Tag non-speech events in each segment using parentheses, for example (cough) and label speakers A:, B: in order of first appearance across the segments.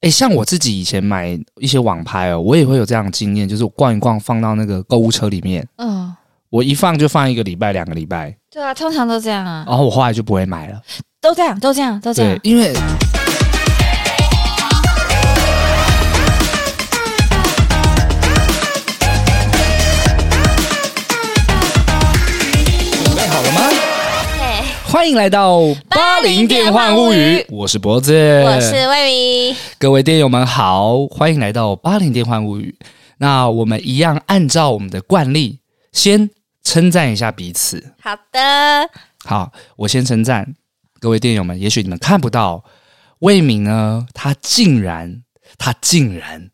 A: 哎、像我自己以前买一些网拍哦，我也会有这样的经验，就是我逛一逛放到那个购物车里面，
B: 嗯，
A: 我一放就放一个礼拜、两个礼拜，
B: 对啊，通常都这样啊，
A: 然后我后来就不会买了。
B: 都这样，都这样，都这
A: 对
B: 样，。
A: 因为准备好了吗？欢迎来到八零电幻物语，我是脖子，
B: 我是魏明，
A: 各位电友们好，欢迎来到八零电幻物语。那我们一样按照我们的惯例，先称赞一下彼此。
B: 好的，
A: 好，我先称赞各位电友们，也许你们看不到，魏敏呢，她竟然，她竟然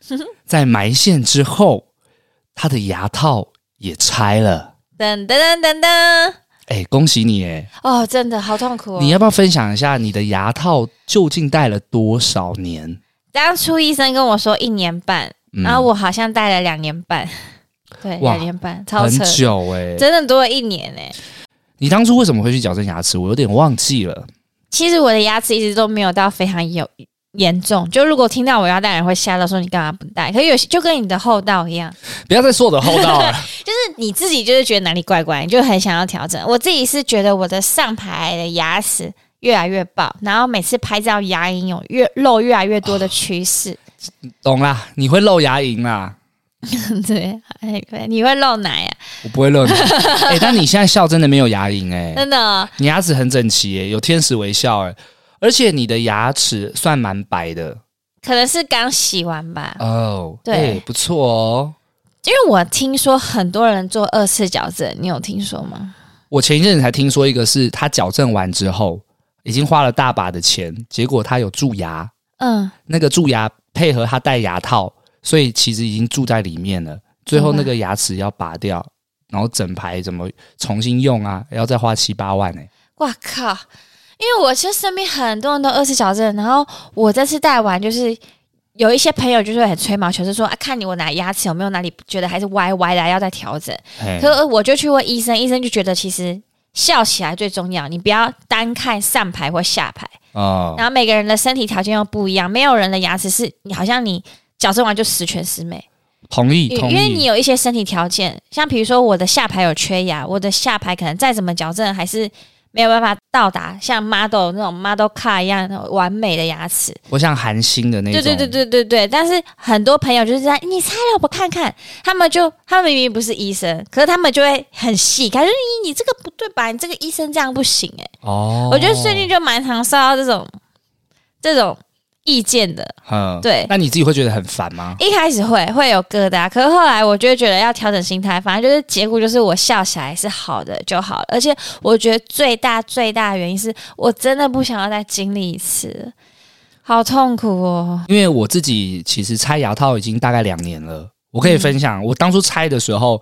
A: 在埋线之后，她的牙套也拆了。
B: 噔噔噔噔噔，
A: 哎，恭喜你哎！
B: 哦，真的好痛苦
A: 你
B: 哦。
A: 要不要分享一下你的牙套究竟戴了多少年？
B: 当初医生跟我说一年半，
A: 嗯
B: 然后啊我好像戴了两年半， (laughs) 对，
A: 哇
B: 两年半，超
A: 很
B: 扯，
A: 久哎！
B: 真的多了一年哎、
A: 你当初为什么会去矫正牙齿？我有点忘记了。
B: 其实我的牙齿一直都没有到非常有严重，就如果听到我要戴，人会吓到说你干嘛不戴？可是有些就跟你的厚道一样，
A: 不要再说我的厚道了。
B: 就是你自己就是觉得哪里怪怪，你就很想要调整。我自己是觉得我的上排的牙齿越来越爆，然后每次拍照牙龈有越露越来越多的趋势。
A: (laughs) 懂啦，你会露牙龈啦，
B: (laughs) 对，哎你会露奶啊？
A: 我不会露你。 (laughs) 哎、但你现在笑真的没有牙龈哎、
B: 真的哦、
A: 你牙齿很整齐耶，有天使微笑哎，而且你的牙齿算蛮白的
B: 可能是刚洗完吧。
A: 哦，
B: 对
A: 哎不错哦。
B: 因为我听说很多人做二次矫正，你有听说吗？
A: 我前一阵子才听说一个是他矫正完之后，已经花了大把的钱，结果他有蛀牙，
B: 嗯，
A: 那个蛀牙配合他戴牙套，所以其实已经蛀在里面了。最后那个牙齿要拔掉，然后整排怎么重新用啊？要再花七八万哎。
B: 哇靠！因为我其实身边很多人都二次矫正，然后我这次戴完就是。有一些朋友就是很吹毛求疵，说啊，看你我哪牙齿有没有哪里觉得还是歪歪的，要再调整。
A: 欸嘿
B: 可是我就去问医生，医生就觉得其实笑起来最重要，你不要单看上排或下排。
A: 哦，
B: 然后每个人的身体条件又不一样，没有人的牙齿是你好像你矫正完就十全十美，
A: 同意
B: 因
A: 同
B: 因为你
A: 意，
B: 有一些身体条件，像比如说我的下排有缺牙，我的下排可能再怎么矫正还是。没有办法到达像 model 那种 model car 一样那种完美的牙齿，
A: 我像韩星的那种，
B: 对对对对对对，但是很多朋友就是在你猜了我看看，他们就他们明明不是医生，可是他们就会很细看，就是你你这个不对吧？你这个医生这样不行哎、
A: 哦，
B: 我觉得最近就蛮常收到这种这种意见的。
A: 嗯，
B: 对
A: 那你自己会觉得很烦吗？
B: 一开始会会有疙瘩，可是后来我就会觉得要调整心态，反正就是结果就是我笑起来是好的就好了。而且我觉得最大最大的原因是我真的不想要再经历一次了，好痛苦哦。
A: 因为我自己其实拆牙套已经大概两年了，我可以分享，我当初拆的时候，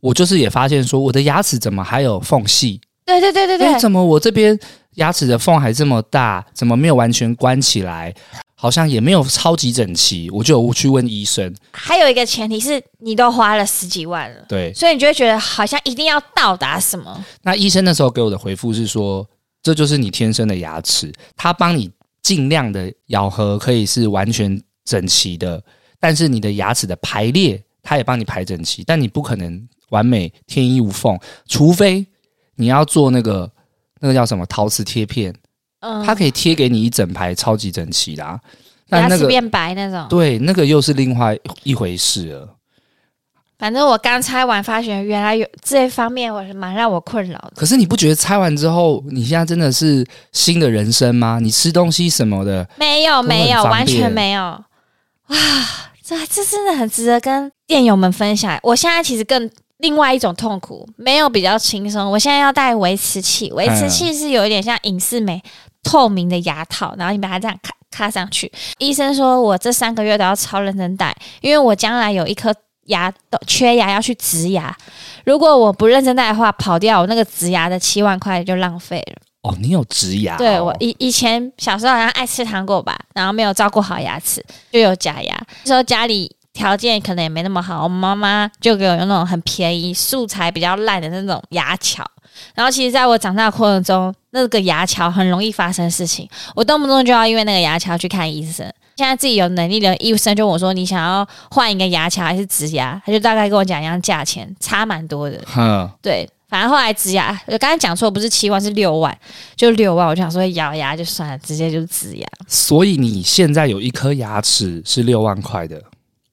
A: 我就是也发现说我的牙齿怎么还有缝隙，
B: 对对对对对
A: 哎，，怎么我这边牙齿的缝还这么大，怎么没有完全关起来？好像也没有超级整齐，我就有去问医生，
B: 还有一个前提是你都花了十几万了，
A: 对，
B: 所以你就会觉得好像一定要到达什么。
A: 那医生那时候给我的回复是说，这就是你天生的牙齿，他帮你尽量的咬合可以是完全整齐的，但是你的牙齿的排列，他也帮你排整齐，但你不可能完美天衣无缝，除非你要做那个那个叫什么陶瓷贴片，
B: 嗯，
A: 它可以贴给你一整排超级整齐的、啊，但
B: 牙
A: 那
B: 齿
A: 个
B: 变白那种。
A: 对那个又是另外一回事了。
B: 反正我刚拆完，发现原来有这一方面，我是蛮让我困扰的。
A: 可是你不觉得拆完之后，你现在真的是新的人生吗？你吃东西什么的，
B: 没有，
A: 都很方便
B: 没有，完全没有。哇，这这真的很值得跟店友们分享。我现在其实更另外一种痛苦，没有比较轻松。我现在要戴维持器，维持器是有一点像隐适美透明的牙套，然后你把它这样卡卡上去。医生说我这三个月都要超认真戴，因为我将来有一颗牙缺牙要去植牙，如果我不认真戴的话，跑掉我那个植牙的七万块就浪费了。
A: 哦，你有植牙、哦？
B: 对我以以前小时候好像爱吃糖果吧，然后没有照顾好牙齿，就有假牙。那时候家里条件可能也没那么好，我妈妈就给我用那种很便宜、素材比较烂的那种牙桥，然后其实在我长大的过程中，那个牙桥很容易发生事情，我动不动就要因为那个牙桥去看医生。现在自己有能力的医生就问我说：“你想要换一个牙桥还是植牙？”他就大概跟我讲一样价钱，差蛮多的。
A: 哼，
B: 对，反正后来植牙，我刚才讲错，不是七万是六万，就六万。我就想说咬牙就算了，直接就植牙。
A: 所以你现在有一颗牙齿是六万块的，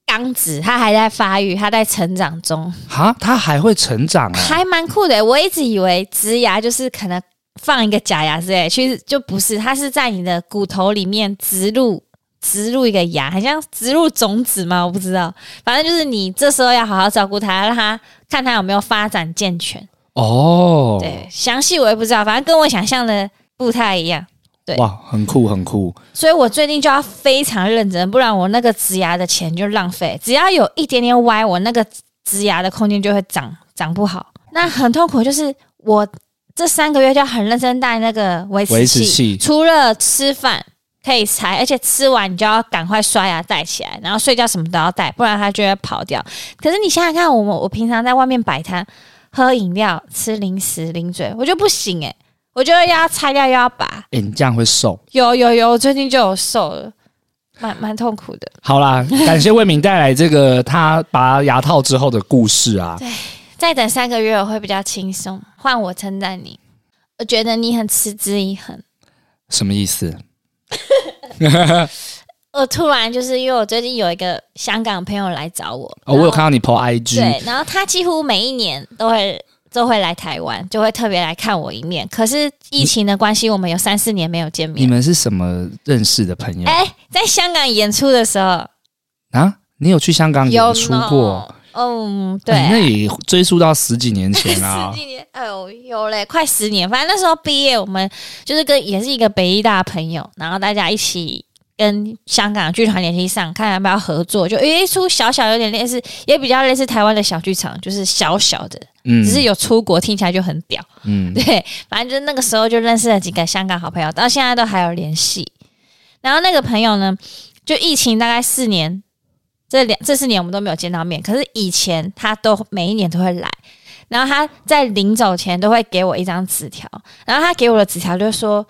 B: 刚植，它还在发育，它在成长中，
A: 哈，它还会成长啊？
B: 还蛮酷的。我一直以为植牙就是可能放一个假牙之类，其实就不是，它是在你的骨头里面植入。植入一个牙，很像植入种子吗？我不知道，反正就是你这时候要好好照顾它，让它看它有没有发展健全。
A: 哦，
B: 对，详细我也不知道，反正跟我想象的不太一样，对
A: 哇，很酷很酷，
B: 所以我最近就要非常认真，不然我那个植牙的钱就浪费。只要有一点点歪，我那个植牙的空间就会长长不好，那很痛苦。就是我这三个月就要很认真戴那个维
A: 维持
B: 持
A: 器
B: 除了吃饭。可以拆，而且吃完你就要赶快刷牙戴起来，然后睡觉什么都要戴，不然它就会跑掉。可是你想想看，我们我平常在外面摆摊、喝饮料、吃零食、零嘴，我就不行诶、我就要拆掉又要拔，
A: 哎、你这样会瘦。
B: 有有有，我最近就有瘦了，蛮蛮痛苦的。
A: 好啦，感谢魏敏带来这个他拔牙套之后的故事
B: (laughs)
A: 啊。
B: 再等三个月我会比较轻松，换我称赞你。我觉得你很持之以恒。
A: 什么意思？
B: 我突然就是因为我最近有一个香港朋友来找我，
A: 哦，我
B: 然
A: 有
B: 后
A: 看到你 PO IG，
B: 对，然后他几乎每一年都会都会来台湾，就会特别来看我一面。可是疫情的关系，我们有三四年没有见
A: 你
B: 面。
A: 们是什么认识的朋友、
B: 哎、在香港演出的时候
A: 啊？你有去香港
B: 有
A: 演出过？？
B: 嗯，对、
A: 哎那也追溯到十几年前啊
B: (laughs) 十。几年，哎呦，有嘞，快十年。反正那时候毕业，我们就是跟也是一个北医大的朋友，然后大家一起跟香港剧团联系上，看要不要合作。就有一出小小有点类似，也比较类似台湾的小剧场，就是小小的，
A: 嗯
B: 只是有出国，听起来就很屌。
A: 嗯，
B: (laughs) 对，反正就是那个时候就认识了几个香港好朋友，到现在都还有联系。然后那个朋友呢，就疫情大概四年，这两这四年我们都没有见到面，可是以前他都每一年都会来。然后他在临走前都会给我一张纸条，然后他给我的纸条就是说，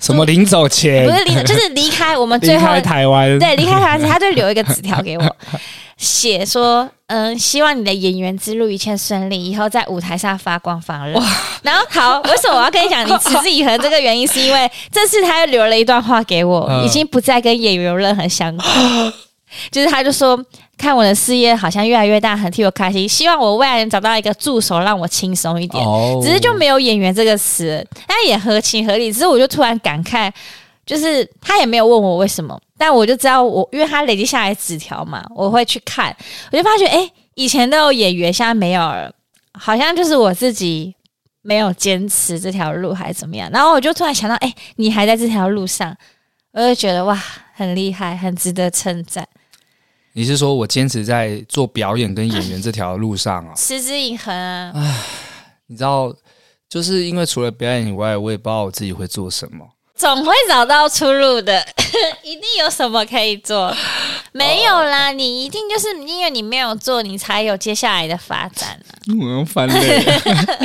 A: 什么临走前
B: 不是临走，就是离开我们
A: 离
B: 最后
A: 开台湾？
B: 对，离开台湾时，他就留一个纸条给我，写说：“嗯，希望你的演员之路一切顺利，以后在舞台上发光发热。”然后好，为什么我要跟你讲你持之以恒这个原因？是因为这次他又留了一段话给我，
A: 嗯
B: 已经不再跟演员有任何相关。就是他就说，看我的事业好像越来越大，很替我开心，希望我未来能找到一个助手，让我轻松一点。
A: 哦
B: 只是就没有演员这个词，但也合情合理。只是我就突然感慨，就是他也没有问我为什么，但我就知道我，因为他累积下来纸条嘛，我会去看，我就发觉，诶，以前都有演员，现在没有了，好像就是我自己没有坚持这条路，还是怎么样。然后我就突然想到，诶，你还在这条路上，我就觉得哇，很厉害，很值得称赞，
A: 你是说我坚持在做表演跟演员这条路上啊？
B: 持之以恒啊。
A: 你知道，就是因为除了表演以外，我也不知道我自己会做什么。
B: 总会找到出路的，一定有什么可以做。没有啦，
A: 哦
B: 你一定就是因为你没有做，你才有接下来的发展、
A: (laughs) 我要翻脸。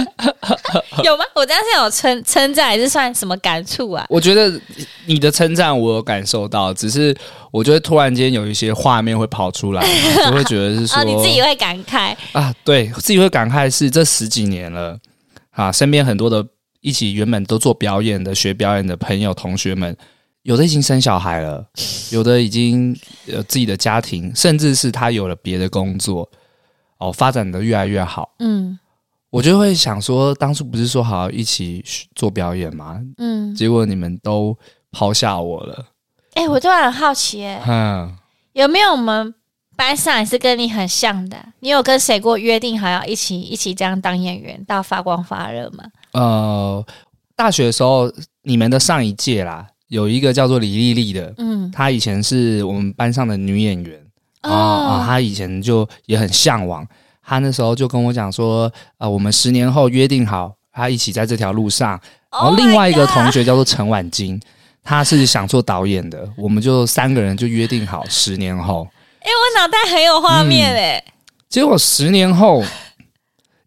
A: (laughs)
B: 啊、有吗？我这样是有称称赞，还是算什么感触啊？
A: 我觉得你的称赞我有感受到，只是我觉得突然间有一些画面会跑出来，就会觉得是说
B: (laughs) 啊，你自己会感慨，
A: 啊，对自己会感慨是这十几年了啊，身边很多的一起原本都做表演的、学表演的朋友同学们，有的已经生小孩了，有的已经有自己的家庭，甚至是他有了别的工作，哦，发展的越来越好。
B: 嗯
A: 我就会想说，当初不是说好要一起做表演吗？
B: 嗯。
A: 结果你们都抛下我了。
B: 哎、我突然很好奇、哎，
A: 嗯，
B: 有没有我们班上也是跟你很像的？啊你有跟谁过约定好要一起一起这样当演员，到发光发热吗？
A: 呃，大学的时候，你们的上一届啦，有一个叫做李丽丽的，
B: 嗯，哦
A: 她以前是我们班上的女演员啊啊，她以前就也很向往。她那时候就跟我讲说，啊，我们十年后约定好，她一起在这条路上。然后
B: Oh my
A: 哦另外一个
B: God
A: 同学叫做陈婉晶，她是想做导演的，我们就三个人就约定好十年后。嗯
B: 哎、我脑袋很有画面哎、
A: 结果十年后，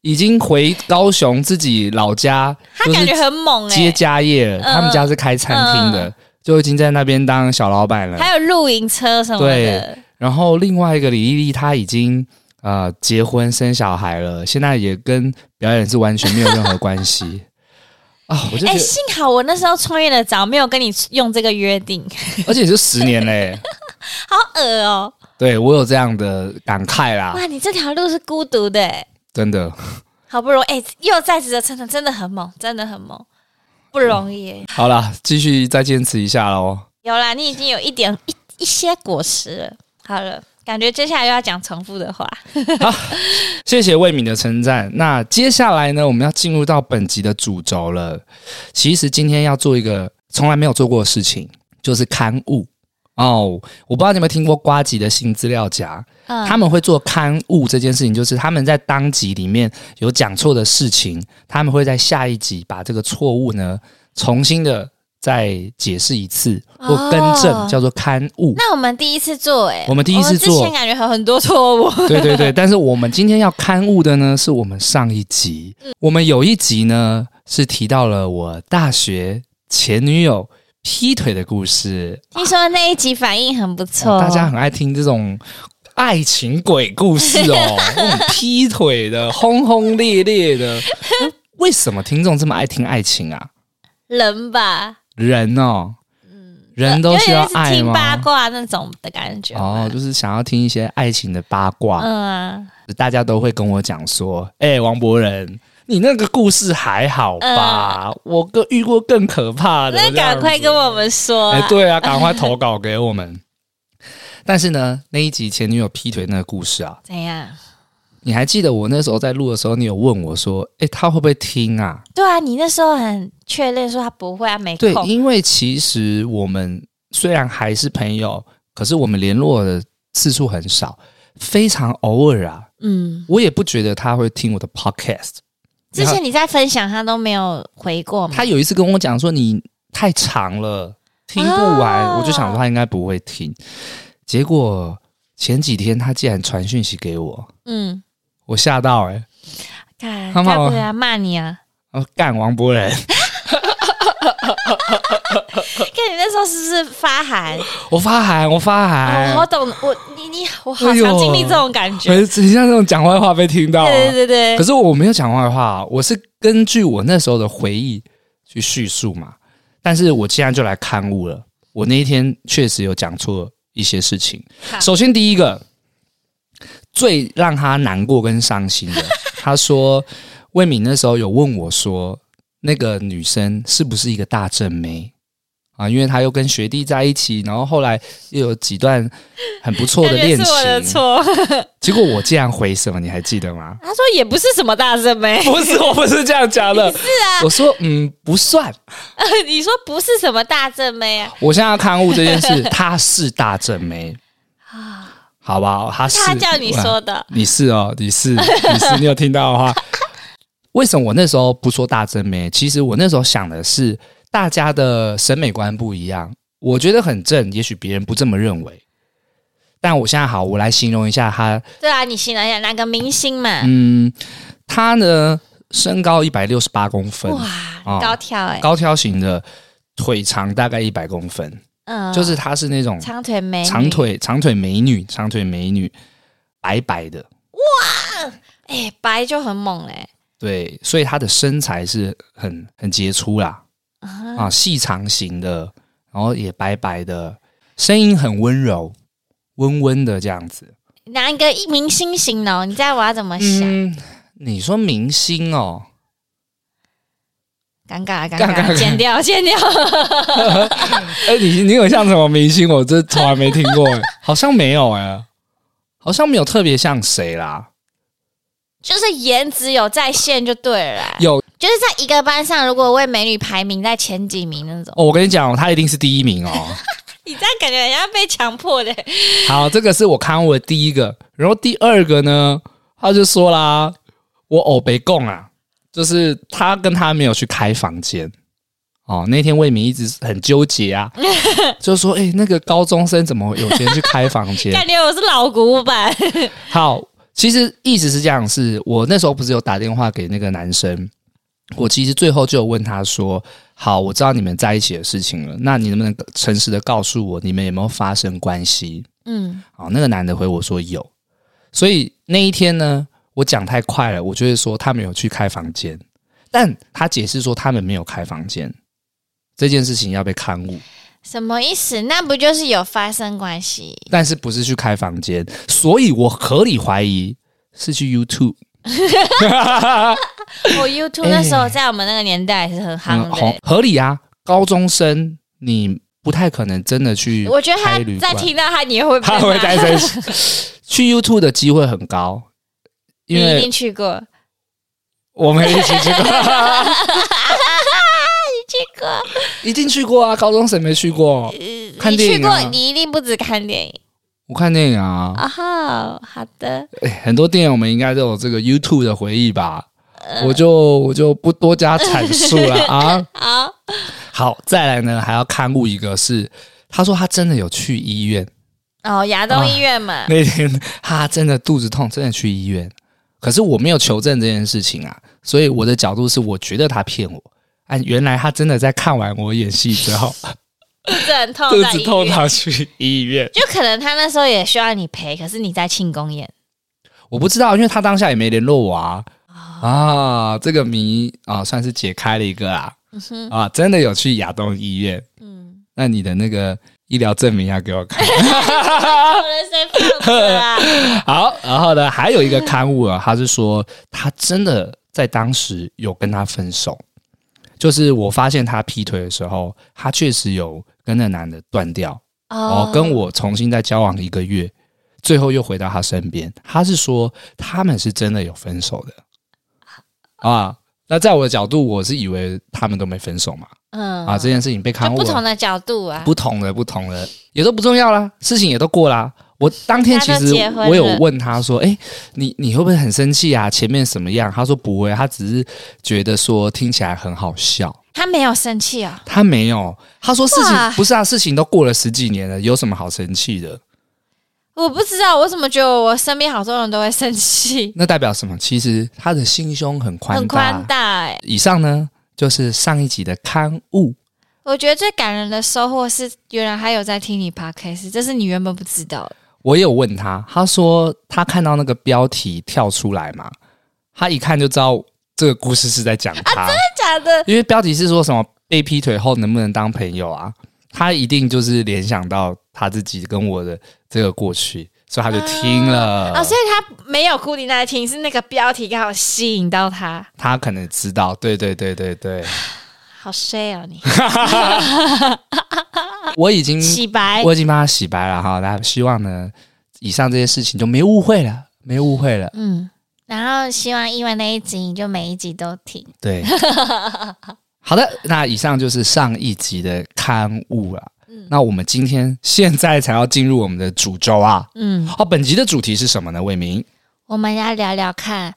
A: 已经回高雄自己老家，
B: 他
A: 就
B: 感觉
A: 是
B: 很猛哎、
A: 接家业了，
B: 嗯
A: 他们家是开餐厅的，就已经在那边当小老板了。
B: 还有露营车什么的，哎
A: 然后另外一个李丽丽，她已经呃结婚生小孩了，现在也跟表演是完全没有任何关
B: (laughs)
A: 系啊！我就觉
B: 哎、
A: 得，
B: 幸好我那时候创业的早，没有跟你用这个约
A: (laughs)
B: 定，
A: 而且是十年
B: (laughs)
A: 嘞、
B: 好恶哦、
A: 对我有这样的感慨啦，
B: 哇，你这条路是孤独的、哎
A: 真的
B: 好不容易，哎、又在职的真的真的很猛，真的很猛，不容易、哎
A: 好啦，继续再坚持一下喽。
B: 有啦，你已经有一点一一些果实了。好了，感觉接下来又要讲重复的话。
A: 谢谢魏敏的称赞。那接下来呢，我们要进入到本集的主轴了。其实今天要做一个从来没有做过的事情，就是刊物哦。我不知道你有没有听过瓜吉的新资料夹，
B: 嗯
A: 他们会做刊物这件事情，就是他们在当集里面有讲错的事情，他们会在下一集把这个错误呢重新的再解释一次或更正，
B: 哦
A: 叫做刊物。
B: 那我们第一次做、哎，
A: 我们第一次做
B: 我们之前感觉有很多错误。 (laughs)
A: 对对对，但是我们今天要刊物的呢，是我们上一集，
B: 嗯
A: 我们有一集呢是提到了我大学前女友劈腿的故事，
B: 听说那一集反应很不错，
A: 哦大家很爱听这种。爱情鬼故事
B: (laughs)
A: 哦，那种劈腿的，轰轰烈烈的，为什么听众这么爱听爱情啊？
B: 人吧，
A: 人哦，人都需要
B: 嗯有点类似
A: 爱
B: 听八
A: 吗？
B: 卦那种的感觉
A: 哦，
B: 嘛。
A: 就是想要听一些爱情的八卦。
B: 嗯啊，
A: 大家都会跟我讲说：“哎、王博仁，你那个故事还好吧？我更遇过更可怕的。”
B: 呃那赶快
A: 这样
B: 跟
A: 子
B: 我们说、
A: 哎、
B: 啊。
A: 对啊，赶快投稿给我们。 (laughs) 但是呢，那一集前女友劈腿那个故事啊，
B: 怎样？
A: 你还记得我那时候在录的时候，你有问我说：“哎、他会不会听啊
B: 对啊，你那时候很确认说他不会啊，没？”
A: 对
B: 空。，
A: 因为其实我们虽然还是朋友，可是我们联络的次数很少，非常偶尔啊。
B: 嗯，
A: 我也不觉得他会听我的 podcast。
B: 之前你在分享他都没有回过嘛
A: 他？有一次跟我讲说你太长了，听不完，
B: 啊
A: 我就想说他应该不会听。结果前几天他竟然传讯息给我，
B: 嗯，
A: 我吓到哎、
B: 看，
A: 他骂
B: 该
A: 我
B: 不会来骂你啊？
A: 欸，干王博仁，
B: 哎看你那时候是不是发寒？
A: (laughs) 我发寒，我发寒，
B: 哦
A: (laughs)
B: 我懂，我你你我好
A: 哎呦
B: 常经历这种感觉。
A: 很很像这种讲坏话被听到、啊。
B: 对对对
A: 可
B: 对，
A: 是我没有讲坏话，我是根据我那时候的回忆去叙述嘛。但是我既然就来刊物了，我那一天确实有讲错一些事情。
B: 好
A: 首先第一个，最让他难过跟伤心
B: (laughs)
A: 的，他说魏敏那时候有问我说，那个女生是不是一个大正妹？啊，因为他又跟学弟在一起，然后后来又有几段很不错
B: 感
A: 的
B: 觉
A: 恋
B: 是我的
A: 情，
B: 错。
A: 结果我竟然回什么？你还记得吗？
B: 他说也不是什么大圣
A: (laughs)
B: 妹，
A: 不是，我不是这样讲
B: (laughs)
A: 的。是啊，我说嗯，不算。
B: 你说不是什么大正妹啊？
A: 我现在要刊物这件
B: (laughs)
A: 事，她是大正妹，
B: 啊，
A: 好不好？她是
B: 他叫你
A: 哇
B: 说的，
A: 你是哦，你是你
B: (laughs)
A: 是，你有听到的话，为什么我那时候不说大正妹？其实我那时候想的是，大家的审美观不一样，我觉得很正，也许别人不这么认为。但我现在好，我来形容一下她，
B: 对啊，你形容一下哪个明星嘛？
A: 嗯，她呢身高一百六十八公分，
B: 哇
A: 哦，
B: 高挑哎，
A: 高挑型的，腿长大概一百公分，
B: 嗯
A: 就是她是那种
B: 长腿美女
A: 长，腿长腿美女，长腿美女，白白的，
B: 哎，白就很猛哎，
A: 对，所以她的身材是很很杰出啦，
B: 啊，
A: 啊，细长型的，然后也白白的，声音很温柔，温温的这样子。
B: 哪一个明星形容？你知道我要怎么想？
A: 嗯，你说明星哦，
B: 尴尬，
A: 尴
B: 尴
A: 尬
B: 尬，
A: 尴尬
B: 剪掉， (laughs) 剪掉，
A: 哎、你你有像什么明星？我这从来没听过，好像没有哎、好像没有特别像谁啦。
B: 就是颜值有在线就对了啦。
A: 有
B: 就是在一个班上，如果为美女排名在前几名那
A: (laughs)
B: 种，
A: 哦，我跟你讲，他一定是第一名哦。
B: 你这样感觉人家被强迫 (laughs) 的。
A: 好，这个是我看我的第一个，然后第二个呢，他就说啦，我偶被供啊，就是他跟他没有去开房间。哦，那天魏明一直很纠结啊，就说：“
B: (laughs)
A: 哎、那个高中生怎么有钱去开房间？”
B: 感觉我是老古板，
A: 好，其实意思是这样，是我那时候不是有打电话给那个男生，我其实最后就有问他说：“好，我知道你们在一起的事情了，那你能不能诚实的告诉我，你们有没有发生关系
B: 嗯，？”
A: 好，那个男的回我说有，所以那一天呢，我讲太快了，我就会说他们有去开房间，但他解释说他们没有开房间，这件事情要被刊物。
B: 什么意思？那不就是有发生关系？
A: 但是不是去开房间，所以我合理怀疑是去 YouTube。
B: 我 YouTube
A: 哎
B: 那时候在我们那个年代也是很夯
A: 嗯，
B: 的、
A: 好合理啊！高中生你不太可能真的去，
B: 我觉得他在，听到他，你也会被
A: 他会
B: 骂
A: 在生气。去 YouTube 的机会很高，因
B: 你一
A: 为
B: 定去过，
A: 我们一起去
B: (laughs)
A: 过，
B: 去过，
A: 一定去过啊！高中生没去过，看
B: 你
A: 电
B: 去
A: 影啊
B: 过，你一定不止看电影
A: 我看电影啊，
B: 啊、哈，好的，
A: 哎很多电影我们应该都有这个 YouTube 的回忆吧。
B: 呃
A: 我就我就不多加阐述了
B: (laughs)
A: 啊。
B: 好，
A: 好，再来呢，还要刊物一个是，他说他真的有去医院，
B: 哦，亚东医
A: (laughs)
B: 院嘛，
A: 那天他真的肚子痛，真的去医院。可是我没有求证这件事情啊，所以我的角度是，我觉得他骗我。啊，原来他真的在看完我演戏之后，
B: 哦肚子很痛，
A: (laughs) 肚
B: 在
A: 子
B: 医
A: 痛
B: 院
A: 到去医院。
B: 就可能他那时候也需要你陪，可是你在庆功宴，
A: 我不知道，因为他当下也没联络我啊。
B: 哦
A: 啊，这个谜啊，算是解开了一个啦。
B: 嗯哼，
A: 啊，真的有去亚东医院。
B: 嗯，
A: 那你的那个医疗证明要给我看。
B: 我的谁放
A: (laughs)
B: 的啊？
A: 好，然后呢，还有一个刊物啊，他是说他真的在当时有跟他分手，就是我发现他劈腿的时候，他确实有跟那男的断掉，哦，跟我重新再交往一个月，最后又回到他身边。他是说他们是真的有分手的啊。那在我的角度，我是以为他们都没分手嘛，
B: 嗯
A: 啊，这件事情被
B: 就
A: 刊物
B: 不同的角度啊，
A: 不同的不同的也都不重要啦，事情也都过啦。我当天其
B: 大家
A: 实
B: 都结婚了
A: 我有问他说：“哎、你你会不会很生气啊？前面什么样？”他说不会，他只是觉得说听起来很好笑。
B: 他没有生气哦，
A: 他没有，他说事
B: 哇
A: 情不是啊，事情都过了十几年了，有什么好生气的？
B: 我不知道，我怎么觉得我身边好多人都会生气，
A: 那代表什么？其实他的心胸很宽
B: 很
A: 大。
B: 宽大哎、
A: 以上呢，就是上一集的刊物。
B: 我觉得最感人的收获是，原来还有在听你 podcast，这是你原本不知道的。
A: 我也有问他，他说他看到那个标题跳出来嘛，他一看就知道这个故事是在讲他，
B: 假啊的，
A: 因为标题是说什么被劈腿后能不能当朋友啊？他一定就是联想到他自己跟我的这个过去，所以他就听了。
B: 啊、所以他没有固定在听，是那个标题刚好吸引到他，
A: 他可能知道，对对对对对，
B: 啊好衰哦你，
A: 我已经
B: 洗白
A: 我已经帮他洗白了哈。那希望呢，以上这些事情就没误会了，没误会了。
B: 嗯，然后希望意外那一集你就每一集都听。
A: 对， (laughs) 好的，那以上就是上一集的刊物了。那我们今天现在才要进入我们的主轴啊！
B: 嗯，
A: 好、本集的主题是什么呢？魏明，
B: 我们要聊聊看，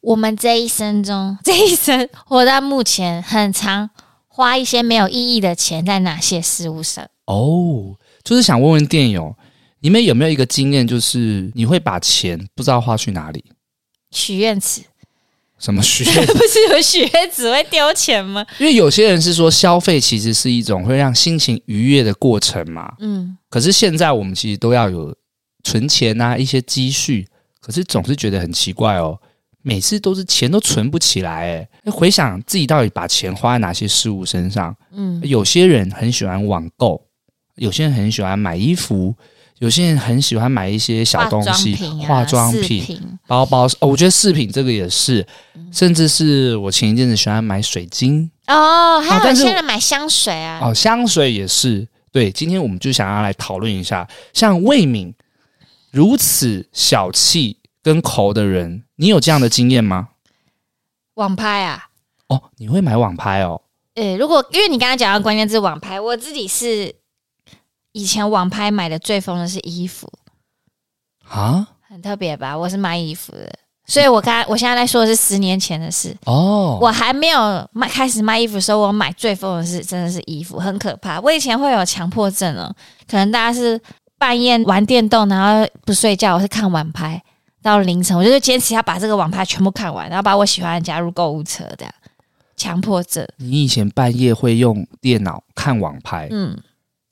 B: 我们这一生中， (laughs) 这一生活到目前，很常花一些没有意义的钱在哪些事物上？
A: 哦，就是想问问电友，你们有没有一个经验，就是你会把钱不知道花去哪里？
B: 许愿池
A: 什么许愿？
B: (laughs) 不是有许愿池会丢钱吗？
A: (laughs) 因为有些人是说消费其实是一种会让心情愉悦的过程嘛。
B: 嗯，
A: 可是现在我们其实都要有存钱啊，一些积蓄，可是总是觉得很奇怪哦，每次都是钱都存不起来哎。那回想自己到底把钱花在哪些事物身上，
B: 嗯，
A: 有些人很喜欢网购，有些人很喜欢买衣服。有些人很喜欢买一些小东西，化
B: 化
A: 妆
B: 妆
A: 品、
B: 品啊、饰品
A: 包包、哦，我觉得饰品这个也是，甚至是我前一阵子喜欢买水晶，
B: 哦，
A: 啊
B: 还有
A: 但是
B: 些人买香水啊，
A: 哦，香水也是。对，今天我们就想要来讨论一下，像魏敏如此小气跟抠的人，你有这样的经验吗？
B: 网拍啊，
A: 哦，你会买网拍哦？
B: 呃，如果因为你刚刚讲到关键字网拍，我自己是以前网拍买的最疯的是衣服，
A: 啊？
B: 很特别吧？我是卖衣服的，所以我刚我现在在说的是十年前的事。
A: 哦，
B: 我还没有卖开始卖衣服的时候，我买最疯的是真的是衣服，很可怕。我以前会有强迫症哦，可能大家是半夜玩电动，然后不睡觉，我是看晚拍，到凌晨，我就是坚持要把这个网拍全部看完，然后把我喜欢的加入购物车，这样强迫症。
A: 你以前半夜会用电脑看网拍，
B: 嗯，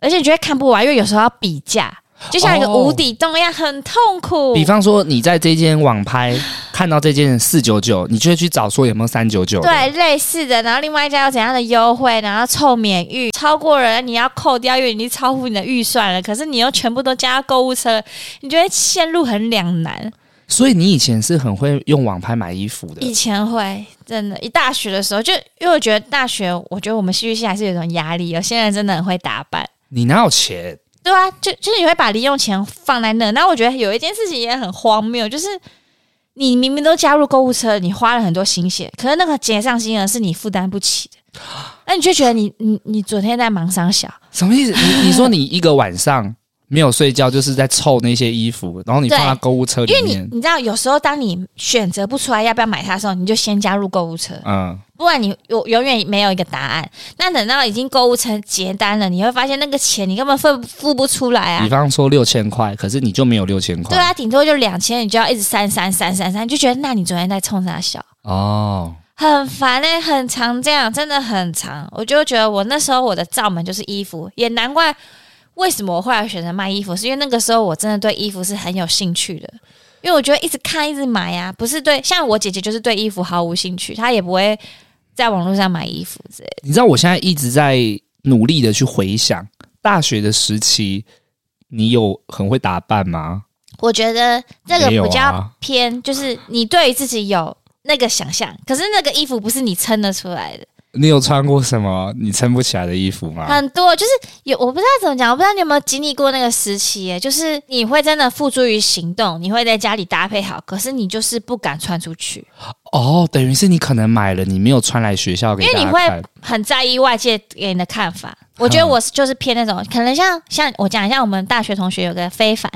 B: 而且你觉得看不完，因为有时候要比价，就像一个
A: 哦
B: 无底洞一样，很痛苦。
A: 比方说你在这间网拍 (laughs) 看到这件四九九，你就会去找说有没有三九九。
B: 对，类似的，然后另外一家有怎样的优惠，然后凑免运，超过人你要扣掉，因为已经超乎你的预算了。可是你又全部都加到购物车，你觉得陷入很两难。
A: 所以你以前是很会用网拍买衣服的
B: 以。前会真的，一大学的时候就，因为我觉得大学，我觉得我们戏剧系还是有一种压力，有些人真的很会打扮。
A: 你哪有钱？
B: 对啊，就就是你会把零用钱放在那，然后我觉得有一件事情也很荒谬，就是你明明都加入购物车，你花了很多心血，可是那个结账金额是你负担不起的，那你就觉得你你你昨天在忙上小，
A: 什么意思？
B: (laughs)
A: 你你说你一个晚上没有睡觉，就是在凑那些衣服，然后你
B: 对
A: 放在购物车
B: 因为
A: 里
B: 你
A: 面。
B: 你知道有时候当你选择不出来要不要买它的时候，你就先加入购物车，
A: 嗯，
B: 不然你永永远没有一个答案。那等到已经购物车结单了，你会发现那个钱你根本付付不出来啊
A: 比。方说六千块，可是你就没有六千块。
B: 对啊，顶多就两千，你就要一直删删删删删，就觉得那你昨天在冲啥小？啊
A: 哦，
B: 很烦哎、很长这样，真的很长。我就觉得我那时候我的罩门就是衣服，也难怪为什么我后来选择卖衣服，是因为那个时候我真的对衣服是很有兴趣的。因为我觉得一直看一直买呀、不是对像我姐姐就是对衣服毫无兴趣，她也不会在网络上买衣服之类的。
A: 你知道我现在一直在努力的去回想大学的时期，你有很会打扮吗？
B: 我觉得这个
A: 没有
B: 比较
A: 啊
B: 偏，就是你对于自己有那个想象，可是那个衣服不是你撑得出来的。
A: 你有穿过什么你撑不起来的衣服吗？
B: 很多就是有，我不知道怎么讲，我不知道你有没有经历过那个时期耶，就是你会真的付诸于行动，你会在家里搭配好，可是你就是不敢穿出去，
A: 哦，等于是你可能买了，你没有穿来学校给
B: 因为
A: 大
B: 你
A: 家
B: 会
A: 看。嗯
B: 很在意外界给你的看法。我觉得我是就是偏那种，可能像像我讲一下，我们大学同学有个非凡，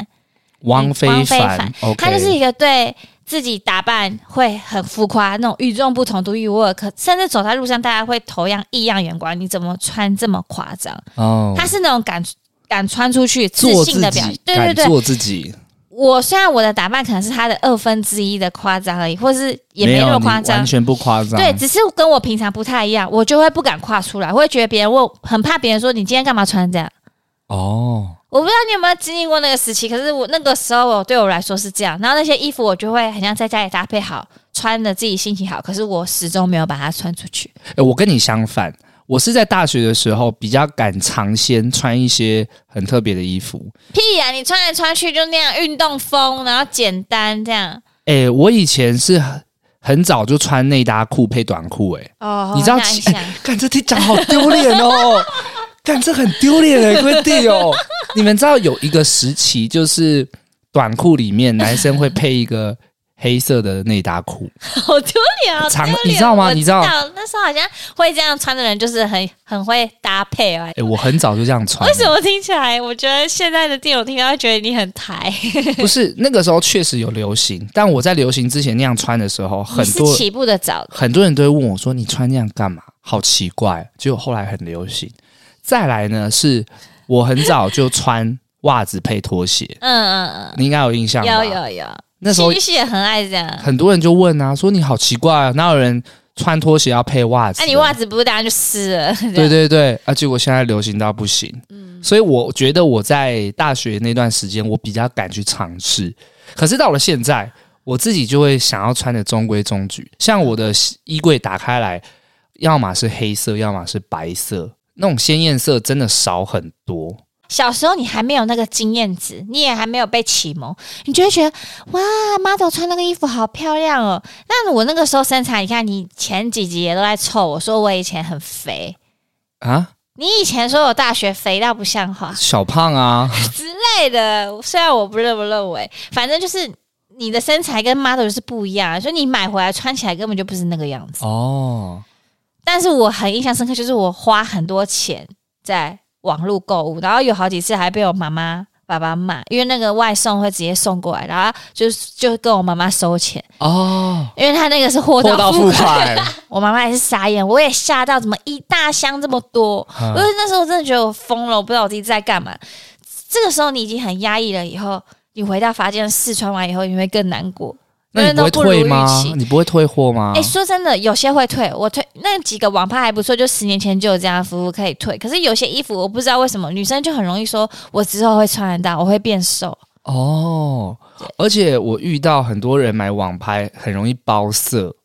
A: 汪非
B: 汪非
A: 凡
B: 凡
A: ，OK，
B: 他就是一个对自己打扮会很浮夸，那种与众不同、独一无二，可甚至走在路上大家会投样异样眼光，你怎么穿这么夸张？
A: 哦，
B: 他是那种敢敢穿出去自
A: 做
B: 信
A: 自
B: 的表
A: 己，，
B: 对对对
A: 敢，做自己，
B: 我虽然我的打扮可能是他的二分之一的夸张而已，或是也没那
A: 有啊
B: 么
A: 你
B: 夸张
A: 完，全不夸张。
B: 对，，只是跟我平常不太一样，我就会不敢跨出来，我会觉得别人问，很怕别人说你今天干嘛穿这样。
A: 哦，
B: 我不知道你有没有经历过那个时期，可是我那个时候我对我来说是这样，然后那些衣服我就会很像在家里搭配好，穿的自己心情好，可是我始终没有把它穿出去。
A: 诶我跟你相反，我是在大学的时候比较敢尝鲜，穿一些很特别的衣服。
B: 屁呀、你穿来穿去就那样运动风，然后简单这样。
A: 诶，我以前是很很早就穿内搭裤配短裤、诶，
B: 哦，
A: 你知道
B: 我想一
A: 其，
B: 想
A: 哎，干、这听讲好丢脸 (laughs) 哦，干这很丢脸的规定哦。你们知道有一个时期，就是短裤里面男生会配一个黑色的内搭裤，
B: 好丢脸啊！好
A: 长
B: 丢脸
A: 你知道吗
B: 我
A: 你知
B: 知
A: 道
B: 那时候好像会这样穿的人，就是很很会搭配啊。
A: 诶，我很早就这样穿
B: 为
A: 哎了。
B: 什么听起来？我觉得现在的电友听到会觉得你很台， (laughs)
A: 不是那个时候确实有流行，但我在流行之前那样穿的时候，很
B: (laughs) 你是
A: 多
B: 起步的早的。
A: 很多人都会问我说：“你穿那样干嘛？好奇怪。”结果后来很流行。再来呢，是我很早就穿袜子配拖
B: (laughs)
A: 鞋，
B: 嗯嗯
A: 你应该有印象
B: 嗯，
A: 吧？
B: 有有有，
A: 那时候
B: 戏剧系也很爱这样。
A: 很多人就问啊，说你好奇怪、啊，哪有人穿拖鞋要配袜子？
B: 啊那、你袜子不是当然就湿了？
A: 啊对对对，啊，结果现在流行到不行。
B: 嗯
A: 所以我觉得我在大学那段时间，我比较敢去尝试。可是到了现在，我自己就会想要穿的中规中矩。像我的
B: 嗯
A: 衣柜打开来，要么是黑色，要么是白色，那种鲜艳色真的少很多。
B: 小时候你还没有那个经验值，你也还没有被启蒙，你就会觉得哇，model 穿那个衣服好漂亮哦。那我那个时候身材，你看你前几集也都在臭我说我以前很肥，
A: 啊，
B: 你以前说我大学肥到不
A: (laughs)
B: 像话
A: 小胖啊，
B: 之类的，虽然我不认不认为，反正就是你的身材跟 model 就是不一样，所以你买回来穿起来根本就不是那个样子。
A: 哦，
B: 但是我很印象深刻，就是我花很多钱在网络购物，然后有好几次还被我妈妈、爸爸骂，因为那个外送会直接送过来，然后就是就跟我妈妈收钱，
A: 哦，
B: 因为他那个是货
A: 货到
B: 到付
A: 付
B: 款。 (laughs)
A: 款，
B: 我妈妈也是傻眼，我也吓到，怎么一大箱这么多？
A: 嗯
B: 因为那时候我真的觉得我疯了，我不知道我自己在干嘛。这个时候你已经很压抑了，以后你回到发现试穿完以后，你会更难过。
A: 那你
B: 因为
A: 不会
B: 都不如
A: 退吗
B: 预期？
A: 你不会退货吗？
B: 哎、说真的，有些会退，我退那几个网拍还不错，就十年前就有这样的服务可以退。可是有些衣服我不知道为什么女生就很容易说，我之后会穿得到，我会变瘦。
A: 哦，而且我遇到很多人买网拍很容易包色，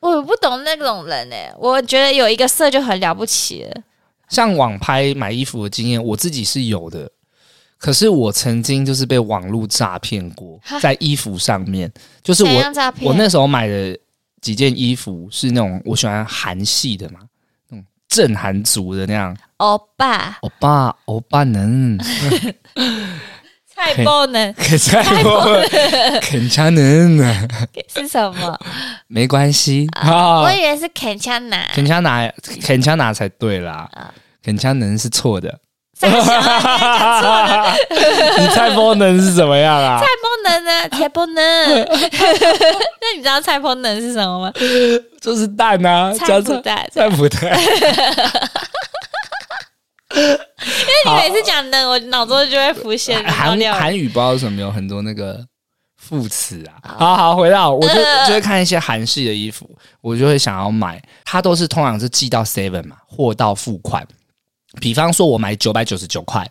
B: 我不懂那种人哎、我觉得有一个色就很了不起了。
A: 像网拍买衣服的经验，我自己是有的。可是我曾经就是被网络诈骗过
B: 哈，啊
A: 在衣服上面，就是
B: 怎
A: 我
B: 样诈骗？
A: 我那时候买的几件衣服是那种我喜欢韩系的嘛，那种正韩族的那样，
B: 欧巴
A: 欧巴欧巴能，
B: 菜包呢
A: 可在我肯差能，
B: 是什么？
A: 没关系啊
B: 我以为是肯枪男。
A: 肯加拿，肯加拿才对啦
B: 啊，
A: 肯加能是错
B: (laughs)
A: 的。
B: 傻小啊
A: (laughs) 你猜波能是怎么样啊？
B: 蔡波能 (laughs) 呢？蔡波能，那你知道蔡波能是什么吗？
A: 就是蛋啊，
B: 蔡
A: 加
B: 不
A: 上
B: 蛋。
A: 菜不对。
B: 那你每次讲能，我脑中就会浮现
A: 韩
B: 料理。
A: 韩语不知道为什么有很多那个副词啊。好好，回到我就就会看一些韩系的衣服，我就会想要买。它都是通常是寄到 Seven 嘛，货到付款。比方说，我买九百九十九块，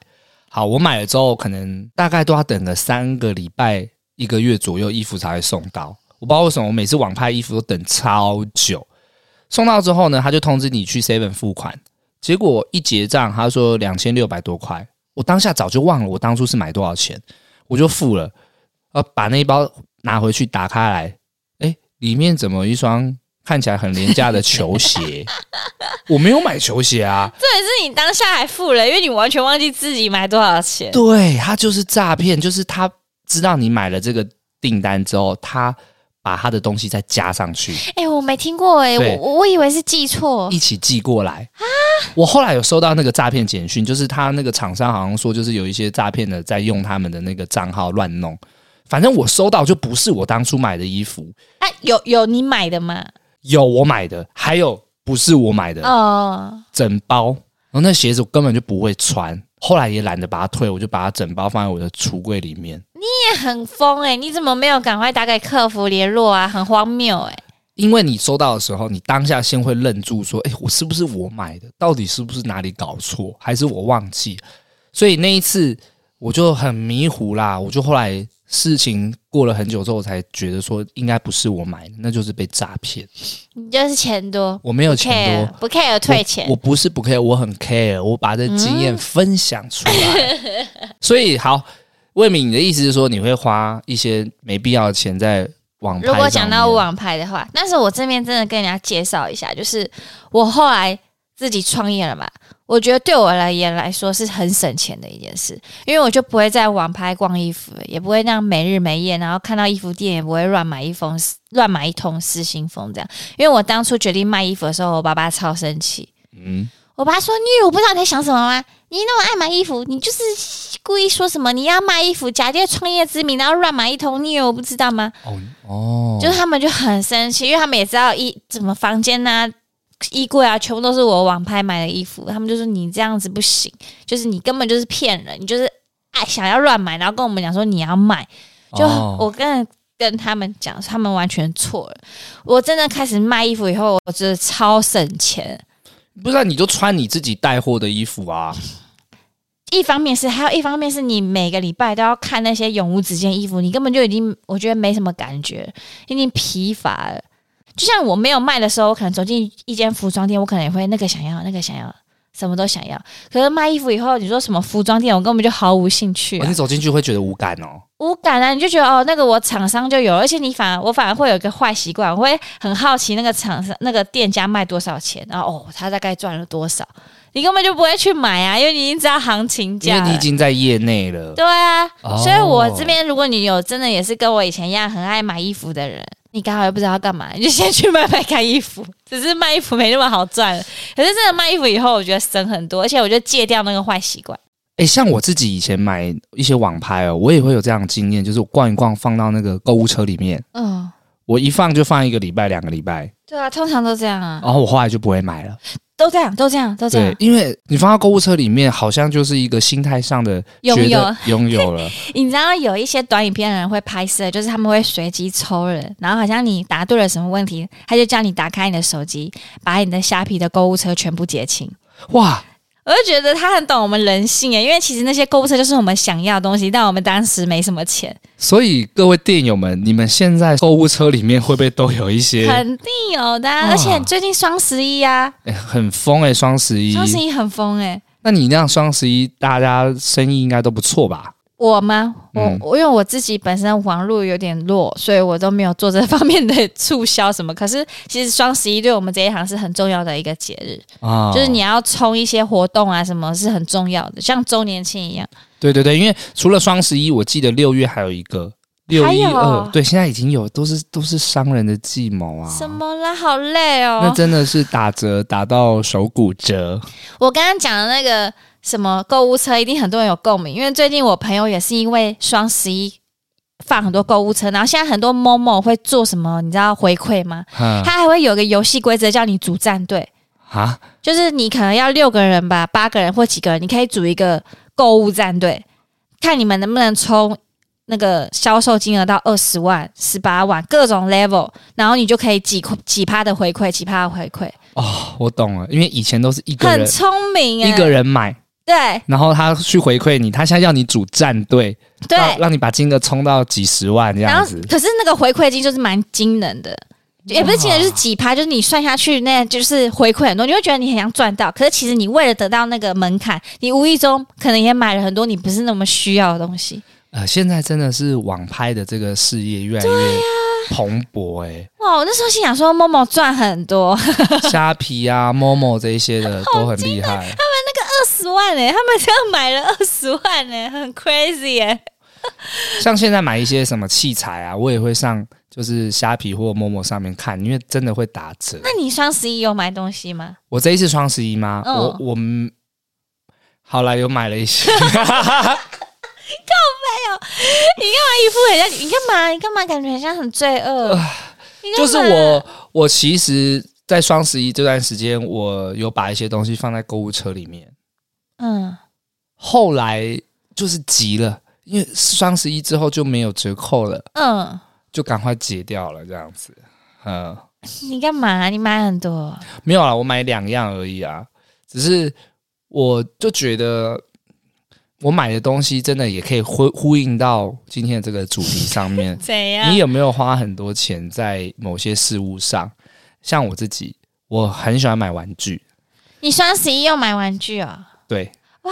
A: 好，我买了之后，可能大概都要等个三个礼拜、一个月左右，衣服才会送到。我不知道为什么，我每次网拍衣服都等超久。送到之后呢，他就通知你去 Seven 付款。结果一结账，他说两千六百多块，我当下早就忘了我当初是买多少钱，我就付了。呃，把那一包拿回去打开来，哎，里面怎么一双看起来很廉价的球鞋？我没有买球鞋啊，
B: 重点是你当下还付了，因为你完全忘记自己买多少钱。
A: 对他就是诈骗，就是他知道你买了这个订单之后，他把他的东西再加上去，
B: 哎、我没听过哎、
A: 对
B: 我我我以为是记错。
A: 一起寄过来。我后来有收到那个诈骗简讯，就是他那个厂商好像说，就是有一些诈骗的在用他们的那个账号乱弄。反正我收到就不是我当初买的衣服，
B: 啊，有有你买的吗？
A: 有我买的，还有不是我买的，
B: 哦，
A: 整包。然后那鞋子我根本就不会穿，后来也懒得把它退，我就把它整包放在我的橱柜里面。
B: 你也很疯哎、你怎么没有赶快打给客服联络啊？很荒谬哎、
A: 因为你收到的时候，你当下先会愣住，说：“哎，我是不是我买的？到底是不是哪里搞错，还是我忘记？”所以那一次我就很迷糊啦，我就后来事情过了很久之后，我才觉得说应该不是我买的，那就是被诈骗。
B: 你就是钱多，
A: 我没有
B: 不
A: 钱多
B: care，，不 care (laughs) 退钱
A: 我。我不是不 care，我很 care，我把这经验分享
B: (laughs)
A: 出来。所以好，魏敏，你的意思是说你会花一些没必要的钱在网拍
B: 如果讲到
A: 上面，
B: 网拍的话，但是我这边真的跟人家介绍一下，就是我后来自己创业了嘛，我觉得对我而言来说是很省钱的一件事，因为我就不会在网拍逛衣服了，也不会那样没日没夜，然后看到衣服店也不会乱买一封乱买一通失心疯这样。因为我当初决定卖衣服的时候，我爸爸超生气，
A: 嗯，
B: 我爸说：“你以为我不知道你在想什么吗？你那么爱买衣服，你就是故意说什么你要卖衣服，假借创业之名，然后乱买一通，你以为我不知道吗？”
A: 哦哦，
B: 就是他们就很生气，因为他们也知道衣怎么房间呐、衣柜啊，全部都是我网拍买的衣服，他们就说你这样子不行，就是你根本就是骗人，你就是爱想要乱买，然后跟我们讲说你要买，就
A: 哦
B: 我跟跟他们讲，他们完全错了。我真的开始卖衣服以后，我觉得超省钱。
A: 不啊然你就穿你自己带货的衣服啊。
B: 一方面是，还有一方面是你每个礼拜都要看那些永无止境的衣服，你根本就已经我觉得没什么感觉，已经疲乏了。就像我没有卖的时候，我可能走进一间服装店，我可能也会那个想要，那个想要，什么都想要。可是卖衣服以后，你说什么服装店，我根本就毫无兴趣、
A: 哦
B: 啊
A: 你，走进去会觉得无感哦。
B: 无感啊！你就觉得哦，那个我厂商就有，而且你反而我反而会有一个坏习惯，我会很好奇那个厂商那个店家卖多少钱，然后哦，他大概赚了多少，你根本就不会去买啊，因为你已经知道行情
A: 因
B: 价
A: 为
B: 了。
A: 你已经在业内了。
B: 对啊，
A: 哦
B: 所以我这边如果你有真的也是跟我以前一样很爱买衣服的人，你刚好又不知道要干嘛，你就先去卖卖看衣服。只是卖衣服没那么好赚，可是真的卖衣服以后，我觉得省很多，而且我就戒掉那个坏习惯。
A: 哎、像我自己以前买一些网拍哦，我也会有这样的经验，就是我逛一逛，放到那个购物车里面，
B: 嗯，
A: 我一放就放一个礼拜、两个礼拜，
B: 对啊，通常都这样啊。啊
A: 然后我后来就不会买了。
B: 都这样，都这样，都这
A: 对
B: 样，，
A: 因为你放到购物车里面，好像就是一个心态上的
B: 拥
A: 觉
B: 有
A: 得拥有了， (laughs)
B: 你知道有一些短影片的人会拍摄，就是他们会随机抽人，然后好像你答对了什么问题，他就叫你打开你的手机，把你的虾皮的购物车全部结清。
A: 哇，
B: 我就觉得他很懂我们人性诶，因为其实那些购物车就是我们想要的东西，但我们当时没什么钱，
A: 所以各位店友们，你们现在购物车里面会不会都有一些
B: 肯定有的啊、
A: 哇
B: 而且最近双十一啊，
A: 哎很疯哎、双十一，
B: 双十一很疯诶。
A: 那你那样双十一，大家生意应该都不错吧？
B: 我吗？我、
A: 嗯
B: 我因为我自己本身网络有点弱，所以我都没有做这方面的促销什么。可是其实双十一对我们这一行是很重要的一个节日，
A: 啊，
B: 就是你要冲一些活动啊，什么是很重要的，像周年庆一样。
A: 对对对，因为除了双十一，我记得六月还有一个六
B: 还
A: 一
B: 有啊
A: 二，对，现在已经有都是都是商人的计谋啊，
B: 什么啦？好累
A: 那
B: 哦！
A: 真的是打折打到手骨折，
B: 我刚刚讲的那个什么购物车，一定很多人有共鸣，因为最近我朋友也是因为双十一放很多购物车，然后现在很多某某会做什么，你知道回馈吗？
A: 哈
B: (laughs) 他还会有个游戏规则叫你组战队。
A: 啊，
B: 就是你可能要六个人吧，八个人或几个人，你可以组一个购物战队，看你们能不能冲那个销售金额到二十万、十八万各种 level，然后你就可以几几趴的回馈，几趴的回馈，
A: 我懂了，因为以前都是一个
B: 很
A: 人
B: 聪明哎、
A: 一个人买，
B: 对
A: 然后他去回馈你，他现在要你组战队，
B: 对，
A: 让让你把金额冲到几十万这
B: 然
A: 样
B: 后
A: 子，
B: 可是那个回馈金就是蛮惊人的。也不是惊人，就是几趴，就是你算下去，那就是回馈很多，你会觉得你很想赚到。可是其实你为了得到那个门槛，你无意中可能也买了很多你不是那么需要的东西。
A: 呃，现在真的是网拍的这个事业越来
B: 啊
A: 越蓬勃哎、
B: 哇，我那时候心想说，某某赚很多，二
A: (laughs) 虾皮啊、Momo 这一些的都很厉害。
B: 十万呢、他们这样买了二十万呢、欸很 crazy 哎、
A: 像现在买一些什么器材啊，我也会上就是虾皮或 Momo 上面看，因为真的会打折。
B: 那你双十一有买东西吗？
A: 我这一次双十一吗？
B: 嗯
A: 我我们好啦，有买了一 (laughs) 些，
B: 衣服很像你，你干嘛？你干嘛？感觉很像很罪恶。你干嘛
A: 就是我我其实，在双十一这段时间，我有把一些东西放在购物车里面，
B: 嗯，
A: 后来就是急了，因为双十一之后就没有折扣了，
B: 嗯，
A: 就赶快结掉了这样子，嗯。
B: 你干嘛？你买很多，。
A: 没有啦，我买两样而已啊。只是我就觉得，我买的东西真的也可以呼呼应到今天的这个主题上面
B: (laughs) 怎
A: 你？有没有花很多钱在某些事物上？像我自己，我很喜欢买玩具，
B: 你双十一又买玩具哦？
A: 对，
B: 哇，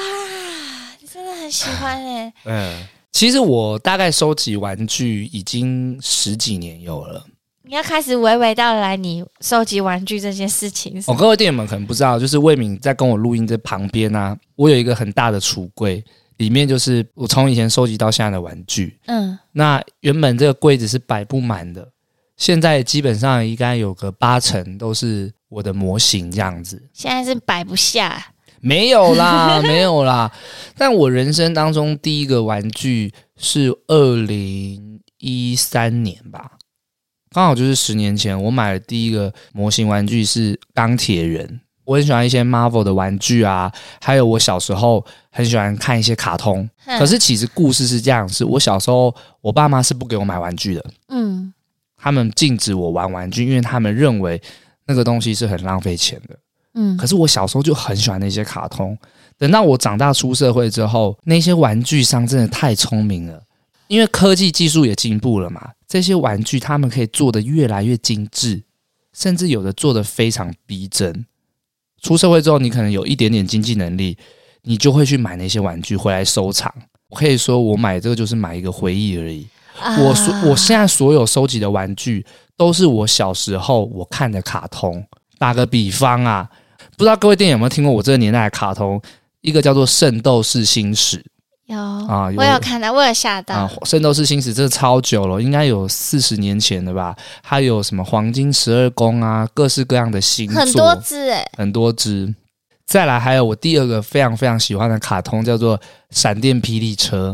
B: 你真的很喜欢哎、
A: 嗯。其实我大概收集玩具已经十几年有了。
B: (laughs) 你要开始娓娓道来你收集玩具这件事情是
A: 哦，各位店友们可能不知道，就是魏敏在跟我录音这旁边啊，我有一个很大的橱柜，里面就是我从以前收集到现在的玩具。
B: 嗯，
A: 那原本这个柜子是摆不满的，现在基本上应该有个八成都是我的模型这样子。
B: 现在是摆不下。
A: 没有啦，没有啦。但我人生当中第一个玩具是二零一三年吧，刚好就是十年前，我买的第一个模型玩具是钢铁人。我很喜欢一些 Marvel 的玩具啊，还有我小时候很喜欢看一些卡通。
B: 哼
A: 可是其实故事是这样：是我小时候，我爸妈是不给我买玩具的，
B: 嗯，
A: 他们禁止我玩玩具，因为他们认为那个东西是很浪费钱的。
B: 嗯
A: 可是我小时候就很喜欢那些卡通，等到我长大出社会之后，那些玩具商真的太聪明了，因为科技技术也进步了嘛，这些玩具他们可以做的越来越精致，甚至有的做的非常逼真。出社会之后，你可能有一点点经济能力，你就会去买那些玩具回来收藏。我可以说，我买这个就是买一个回忆而已。
B: 啊
A: 我所我现在所有收集的玩具都是我小时候我看的卡通。打个比方啊，不知道各位店友有没有听过我这个年代的卡通，一个叫做《圣斗士星矢
B: 有
A: 啊有
B: 哦我有看到，我有吓》到。
A: 啊，《圣斗士星矢》这超久了，应该有四十年前的吧。还有什么黄金十二宫啊，各式各样的星座，
B: 很多只哎、
A: 很多只。再来，还有我第二个非常非常喜欢的卡通叫做《闪电霹雳车》。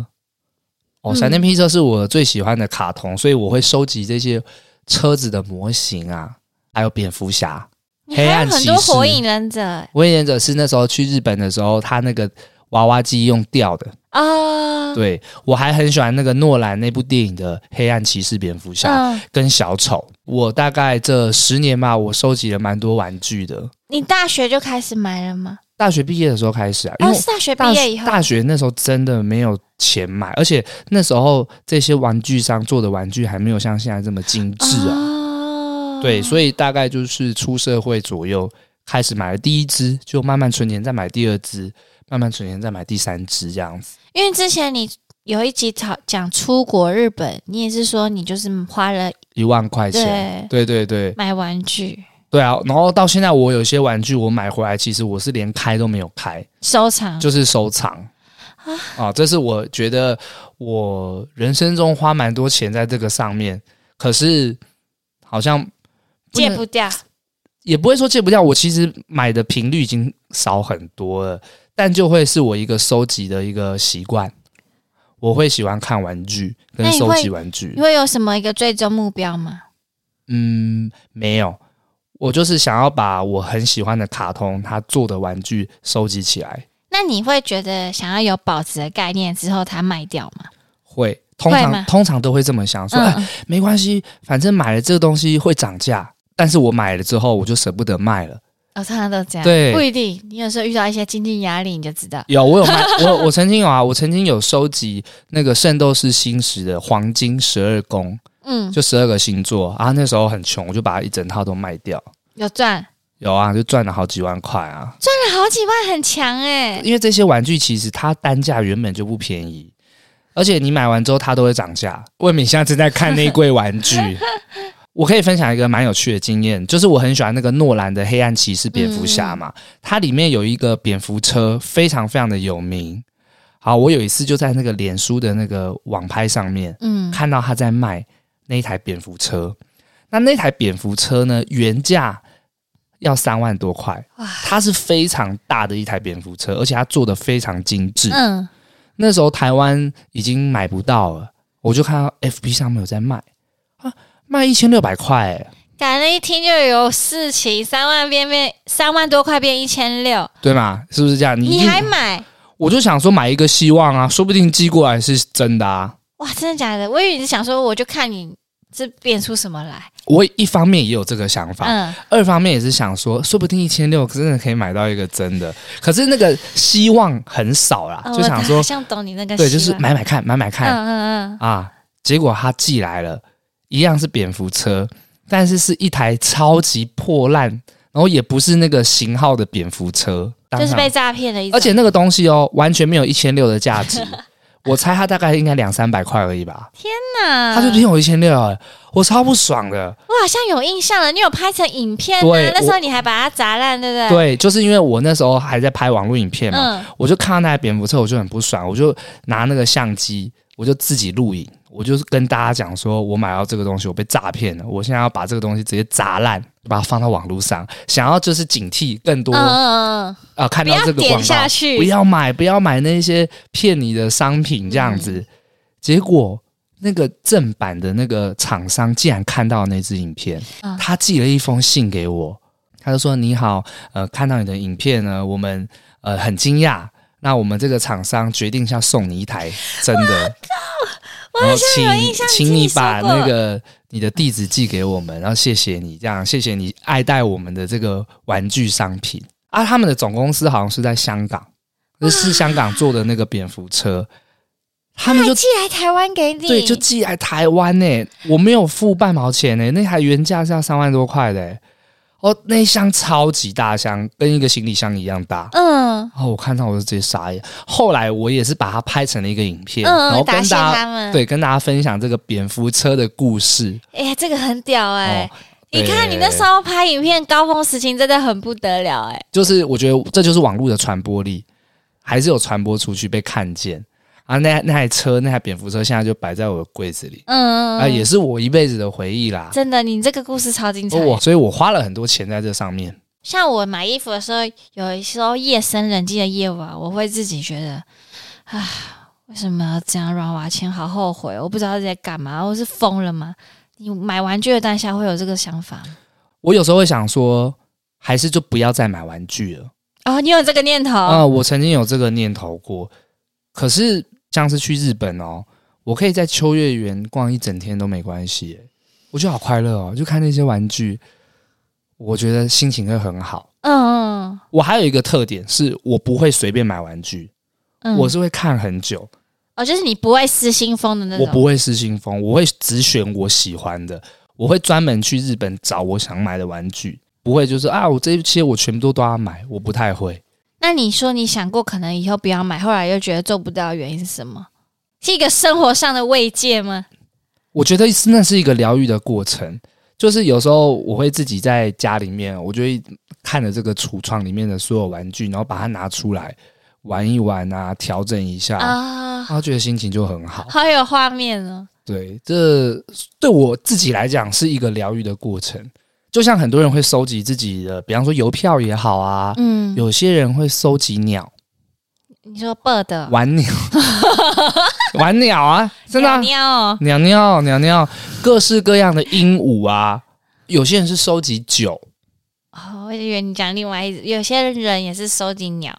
A: 哦，
B: 嗯
A: 闪电霹雳车是我最喜欢的卡通，所以我会收集这些车子的模型啊，还有蝙蝠侠。
B: 你还
A: 黑
B: 有
A: 暗
B: 很
A: 骑
B: 多
A: 士
B: 火影忍者啊、
A: 火影忍者是那时候去日本的时候，他那个娃娃机用吊的。
B: 哦，
A: 对我还很喜欢那个诺兰那部电影的《黑暗骑士蝙蝠侠》
B: 嗯，
A: 跟小丑。我大概这十年吧，我收集了蛮多玩具的。
B: 你大学就开始买了吗？
A: 大学毕业的时候开始啊，因
B: 哦，
A: 为我
B: 是大学
A: 大
B: 毕业以后
A: 大学那时候真的没有钱买，而且那时候这些玩具商做的玩具还没有像现在这么精致啊。
B: 哦
A: 对，
B: 以
A: 所以大概就是出社会左右开始买了第一只，就慢慢存钱，再买第二只，慢慢存钱，再买第三只这样子。
B: 因为之前你有一集讨讲出国日本，你也是说你就是花了
A: 一万块钱，
B: 对
A: 对对对
B: 买玩具
A: 对啊！然后到现在，我有些玩具我买回来，其实我是连开都没有开，
B: 收藏，
A: 就是收藏。啊，这是我觉得我人生中花蛮多钱在这个上面，可是好像
B: 戒
A: 能嗯
B: 不掉。
A: 也不会说戒不掉，我其实买的频率已经少很多了，但就会是我一个收集的一个习惯。我会喜欢看玩具
B: 那
A: 跟
B: 你
A: 收
B: 会
A: 集玩具
B: 你。会有什么一个最终目标吗？
A: 嗯，没有，我就是想要把我很喜欢的卡通它做的玩具收集起来。
B: 那你会觉得想要有保值的概念之后，它卖掉吗？
A: 会，通
B: 会吗
A: 常通常都会这么想，说、哎，
B: 嗯，
A: 没关系，反正买了这个东西会涨价，但是我买了之后我就舍不得卖了。
B: 我哦常常都这样，
A: 对
B: 不一定。你有时候遇到一些经济压力，你就知道。
A: 有，我有卖，我我曾经有啊，我曾经有收集那个《圣斗士星矢》的黄金十二宫，
B: 嗯，
A: 就十二个星座啊。那时候很穷，我就把它一整套都卖掉。
B: 有赚，
A: 有啊，就赚了好几万块啊！
B: 赚了好几万，很强哎、
A: 因为这些玩具其实它单价原本就不便宜，而且你买完之后它都会涨价。魏敏现在正在看那一柜玩具，我可以分享一个蛮有趣的经验，就是我很喜欢那个诺兰的《黑暗骑士蝙蝠侠》嘛，它里面有一个蝙蝠车，非常非常的有名。好，我有一次就在那个脸书的那个网拍上面
B: 嗯，
A: 看到他在卖那一台蝙蝠车，那那台蝙蝠车呢，原价要三万多块。
B: 哇，
A: 它是非常大的一台蝙蝠车，而且它做的非常精致。
B: 嗯，
A: 那时候台湾已经买不到了，我就看到 FB 上面有在卖啊，卖一千六百块欸，
B: 感觉一听就有事情，三万变变三万多块变一千六，
A: 对吗？是不是这样？你
B: 你
A: 一
B: 还买？
A: 我就想说买一个希望啊，说不定寄过来是真的啊。
B: 哇，真的假的？我以为你是想说，我就看你这变出什么来。
A: 我一方面也有这个想法，
B: 嗯，
A: 二方面也是想说，说不定一千六真的可以买到一个真的，可是那个希望很少啦，
B: 哦
A: 啊就想
B: 我
A: 说
B: 好，像懂你那个
A: 对，就是
B: 习惯
A: 买买看，买买看，
B: 嗯嗯嗯，
A: 啊，结果他寄来了，一样是蝙蝠车，但是是一台超级破烂，然后也不是那个型号的蝙蝠车，当
B: 就是
A: 场
B: 被诈骗的一
A: 啊
B: 种，
A: 而且那个东西哦，完全没有一千六的价
B: (laughs)
A: 值，我猜它大概应该两三百块而已吧，
B: 那
A: 他就骗我一千六，哎我超不爽的。
B: 我好像有印象了，你有拍成影片啊？
A: 对
B: 那时候你还把它砸烂，对不对？
A: 对，就是因为我那时候还在拍网络影片嘛，
B: 嗯，
A: 我就看到那台蝙蝠车，我就很不爽，我就拿那个相机，我就自己录影，我就是跟大家讲说，我买到这个东西，我被诈骗了，我现在要把这个东西直接砸烂，把它放到网络上，想要就是警惕更多
B: 嗯
A: 啊、
B: 嗯嗯
A: 呃看到这个
B: 不要点
A: 广告
B: 下，去
A: 不要买，不要买那些骗你的商品这样
B: 嗯
A: 子。结果那个正版的那个厂商竟然看到那支影片，
B: 嗯
A: 他寄了一封信给我，他就说：“你好，呃，看到你的影片呢，我们呃很惊讶。”那我们这个厂商决定要送你一台真的，然后请请你把
B: 说过
A: 那个你的地址寄给我们，然后谢谢你这样，谢谢你爱戴我们的这个玩具商品啊。他们的总公司好像是在香港，是香港做的那个蝙蝠车，他们就
B: 还寄来台湾给你，
A: 对，就寄来台湾呢、我没有付半毛钱呢、那台原价是要三万多块的、欸，哦，那一箱超级大箱，跟一个行李箱一样大。
B: 嗯
A: 然后我看到我就直接傻眼。后来我也是把它拍成了一个影片，然后跟
B: 嗯，打
A: 大
B: 谢
A: 家
B: 他们。，
A: 对跟大家分享这个蝙蝠车的故事。
B: 哎呀，这个很屌哎
A: 哦，，
B: 你看
A: 对
B: 你那时候拍影片高峰时期真的很不得了哎、
A: 就是我觉得这就是网络的传播力，还是有传播出去被看见啊。那那台车那台蝙蝠车现在就摆在我的柜子里，
B: 嗯，
A: 啊，也是我一辈子的回忆啦。
B: 真的，你这个故事超精彩。
A: 我所以，我花了很多钱在这上面。
B: 像我买衣服的时候，有时候夜深人静的夜晚，我会自己觉得，啊，为什么要这样乱花钱？好后悔，我不知道在干嘛，我是疯了吗？你买玩具的当下会有这个想法吗？
A: 我有时候会想说，还是就不要再买玩具了。
B: 哦，你有这个念头？
A: 啊、我曾经有这个念头过，可是像是去日本哦，我可以在秋叶原逛一整天都没关系耶，我觉得好快乐哦，就看那些玩具，我觉得心情会很好。
B: 嗯嗯
A: 我还有一个特点是我不会随便买玩具，
B: 嗯，
A: 我是会看很久，
B: 哦，就是你不会失心疯的那哦
A: 我
B: 种。
A: 不会失心疯，我会只选我喜欢的，我会专门去日本找我想买的玩具，不会就是啊，我这一些我全部都要买，我不太会。
B: 那你说你想过可能以后不要买，后来又觉得做不到，原因是什么？是一个生活上的慰藉吗？
A: 我觉得是那是一个疗愈的过程，就是有时候我会自己在家里面，我就会看着这个橱窗里面的所有玩具，然后把它拿出来玩一玩啊，调整一下，
B: 啊，
A: 然后觉得心情就很好。
B: 好有画面哦。
A: 对，这对我自己来讲是一个疗愈的过程。就像很多人会收集自己的，比方说邮票也好啊，
B: 嗯，
A: 有些人会收集鸟，
B: 你说 bird
A: 玩鸟， (laughs) 玩鸟啊，真的啊、
B: 喵哦，
A: (laughs) 鸟鸟鸟鸟，各式各样的鹦鹉啊。有些人是收集酒，
B: 哦，我以为你讲另外一，有些人也是收集鸟，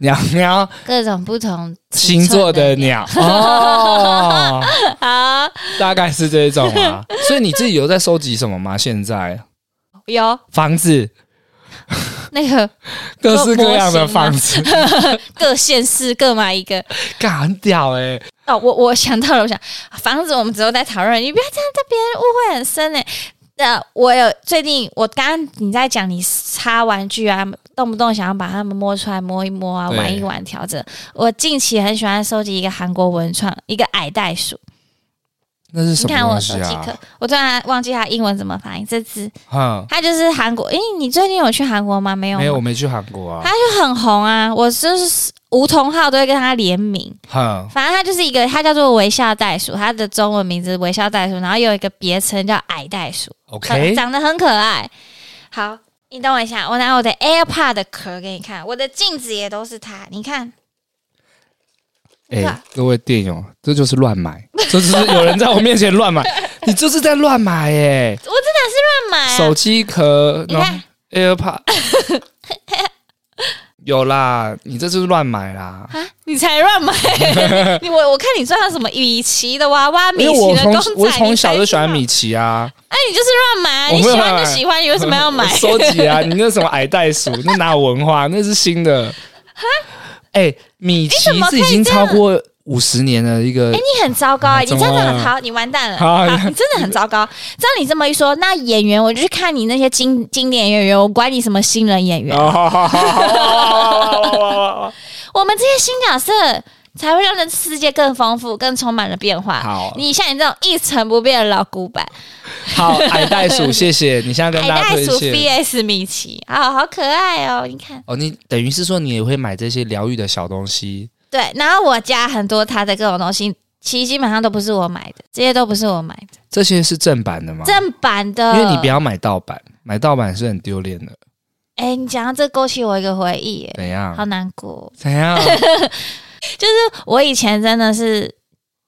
A: 鸟鸟
B: 各种不同尺寸
A: 星座的 (laughs) 鸟哦，
B: (laughs) 啊，
A: 大概是这种啊。所以你自己有在收集什么吗？现在
B: 有
A: 房子，
B: 那个
A: 各式各样的房子，
B: 各县市各买一个。
A: 干很屌哎、
B: 哦，我我想到了，我想啊房子我们之后再讨论，你不要这样对别人误会很深呢。那我有最近，我刚刚你在讲你擦玩具啊，动不动想要把它们摸出来摸一摸啊，
A: 对
B: 玩一玩调整。我近期很喜欢收集一个韩国文创，一个矮袋鼠。
A: 那是
B: 你
A: 什么
B: 看我
A: 东
B: 手
A: 西
B: 机壳
A: 啊？，
B: 我突然忘记它英文怎么翻译。这只
A: 嗯，
B: 它就是韩国，诶、你最近有去韩国吗？没有吗，
A: 没有，我没去韩国啊
B: 它。就很红啊。我就是梧桐号都会跟它联名，
A: 哼，
B: 反正它就是一个，它叫做微笑袋鼠，它的中文名字微笑袋鼠，然后有一个别称叫矮袋鼠，
A: OK，
B: 长得很可爱。好，你等我一下，我拿我的 AirPod 的壳给你看，我的镜子也都是它，你看，
A: 哎、
B: 看
A: 各位店友，这就是乱买，这就是有人在我面前
B: (laughs)
A: 乱买，你就是在乱买哎、
B: 乱买、啊
A: 手，机壳，
B: 你
A: 然后
B: 看
A: AirPod，有啦，你这就是乱买啦。
B: 啊，你才乱
A: (laughs)
B: 买，你我我看你赚到什么米奇的娃娃、米
A: 因为
B: 奇
A: 我
B: 的
A: 从
B: 公仔，
A: 我从小就喜欢
B: 你才知道，
A: 米奇啊，
B: 哎、你就是乱买、啊，
A: 我
B: 你
A: 没有
B: 喜欢
A: 乱
B: 就
A: 买
B: 喜欢，你为什
A: (laughs)
B: 么要买？
A: 收集啊，你那什么矮袋鼠，那哪有文化？那是新的。哎、米奇
B: 你怎么可
A: 是
B: 以
A: 已经
B: 这样
A: 超过五十年的一个
B: 哎、，你很糟糕、哎，你
A: 啊怎
B: 真
A: 么
B: 的
A: 了
B: 很好，你完蛋了，
A: 好
B: 好，你真的很糟糕。照你这么一说，那演员，我就去看你那些经经典演员，我管你什么新人演员，
A: 哦
B: 我们这些新角色才会让这世界更丰富，更充满了变化。
A: 好
B: 你像你这种一成不变的老古板，
A: 好矮袋鼠，谢谢你现在跟
B: 矮
A: 大家
B: 袋
A: 推
B: 鼠
A: 荐
B: VS 米奇，啊、好可爱哦！你看，
A: 哦。你等于是说你也会买这些疗愈的小东西，
B: 对，然后我家很多他的各种东西。其实基本上都不是我买的，这些都不是我买的，
A: 这些是正版的吗？
B: 正版的。
A: 因为你不要买盗版，买盗版是很丢脸的。
B: 哎、你讲到这勾起我一个回忆耶，
A: 怎样？
B: 呃好难过。哦
A: 怎样？ (laughs)
B: 我以前真的是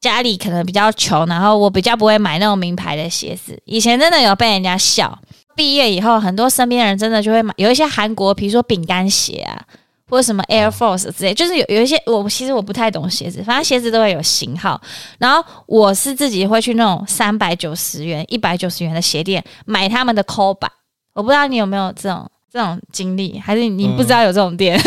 B: 家里可能比较穷，然后我比较不会买那种名牌的鞋子。以前真的有被人家笑。毕业以后，很多身边的人真的就会买，有一些韩国，比如说饼干鞋啊，或者什么 Air Force 之类，就是有有一些我其实我不太懂鞋子，反正鞋子都会有型号。然后我是自己会去那种三百九十元、一百九十元的鞋店买他们的抠版。我不知道你有没有这种这种经历，还是你不知道有这种店？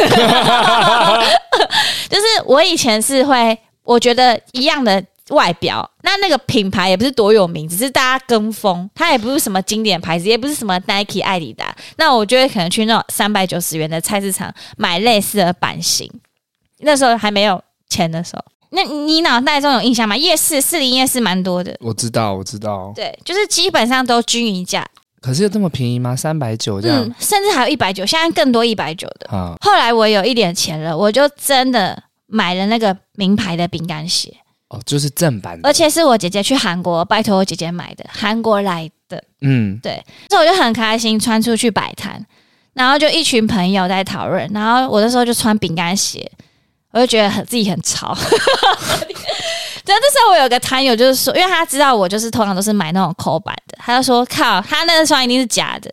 B: 就是我以前是会，我觉得一样的外表，那那个品牌也不是多有名，只是大家跟风，它也不是什么经典牌子，也不是什么 Nike、艾迪达。那我就会可能去那种三百九十元的菜市场买类似的版型。那时候还没有钱的时候，那你脑袋中有印象吗？夜市四零夜市蛮多的，
A: 我知道，我知道。
B: 对，就是基本上都均一价，
A: 可是有这么便宜吗？三百九这样
B: 嗯，甚至还有一百九，现在更多一百九的。
A: 啊？
B: 后来我有一点钱了，我就真的买了那个名牌的饼干鞋。
A: 哦，就是正版的
B: 而。且是我姐姐去韩国，拜托我姐姐买的，韩国来的，
A: 嗯，
B: 所以我就很开心，穿出去摆摊，然后就一群朋友在讨论，然后我那时候就穿饼干鞋，我就觉得很自己很潮。 (laughs) 然后这时候我有个摊友就是说，因为他知道我就是通常都是买那种口版的，他就说靠，他那个双一定是假的，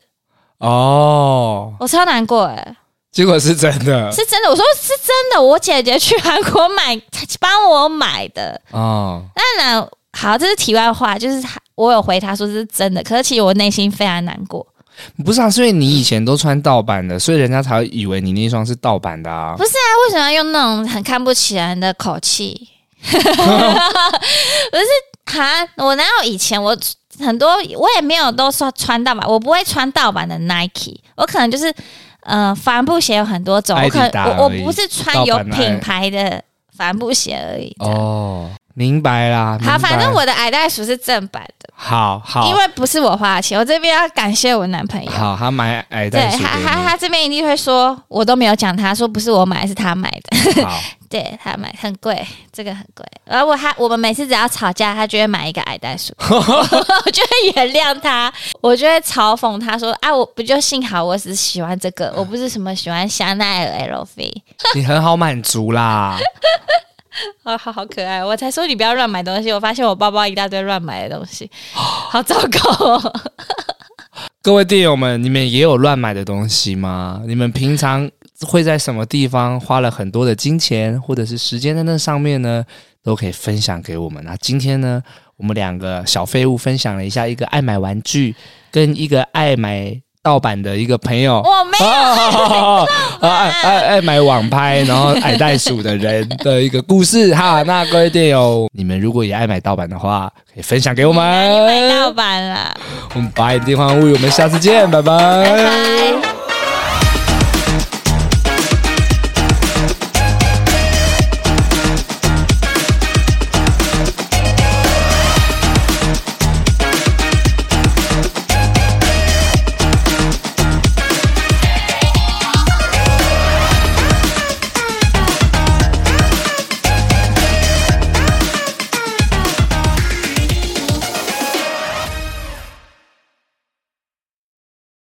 A: 哦，
B: 我超难过哎、
A: 结果是真的
B: 是真的。我说是真的，我姐姐去韩国买，帮我买的。
A: 哦，
B: 当然，好，这是题外话，就是她我有回她说这是真的，可是其实我内心非常难过。
A: 不是啊，是因为你以前都穿盗版的，所以人家才会以为你那双是盗版的啊
B: 不。是啊，为什么要用那种很看不起人的口气？ (laughs) 不是哈，我哪有以前我很多我也没有都说穿盗版，我不会穿盗版的 Nike，我可能就是呃帆布鞋有很多种，我可
A: 艾迪达
B: 能我我
A: 而已
B: 不是穿有
A: 盗版的
B: 品牌的帆布鞋而已。哦，
A: 哦，明白啦。明白哦
B: 好，反正我的矮袋鼠是正版的，
A: 好好，
B: 因为不是我花的钱，我这边要感谢我男朋友。
A: 好，他买矮
B: 对，
A: 袋鼠
B: 他他
A: 给
B: 他这边一定会说，我都没有讲，他说不是我买，是他买的。
A: 你。好，
B: (laughs) 对他买很贵，这个很贵。然后我还我们每次只要吵架，他就会买一个矮袋 (laughs) 鼠，我就会原谅他，我就会嘲讽他说：“啊，我不就幸好我只喜欢这个，我不是什么喜欢香奈儿 LV。
A: 你很好满足啦。
B: 哦”好好可爱！我才说你不要乱买东西，我发现我包包一大堆乱买的东 (laughs) 西，好糟糕、哦。
A: 各位队友们，你们也有乱买的东西吗？你们平常会在什么地方花了很多的金钱或者是时间在那上面呢？都可以分享给我们。那今天呢，我们两个小废物分享了一下一个爱买玩具跟一个爱买盗版的一个朋友。
B: 我没有，
A: (laughs) 哦，爱爱爱买网拍，然后矮袋鼠的人的一个故事哈。那各位店友，你们如果也爱买盗版的话，可以分享给我
B: 你买盗
A: 们。
B: 版了，哎
A: 我们八点电话物语，我们下次见，拜
B: 拜拜。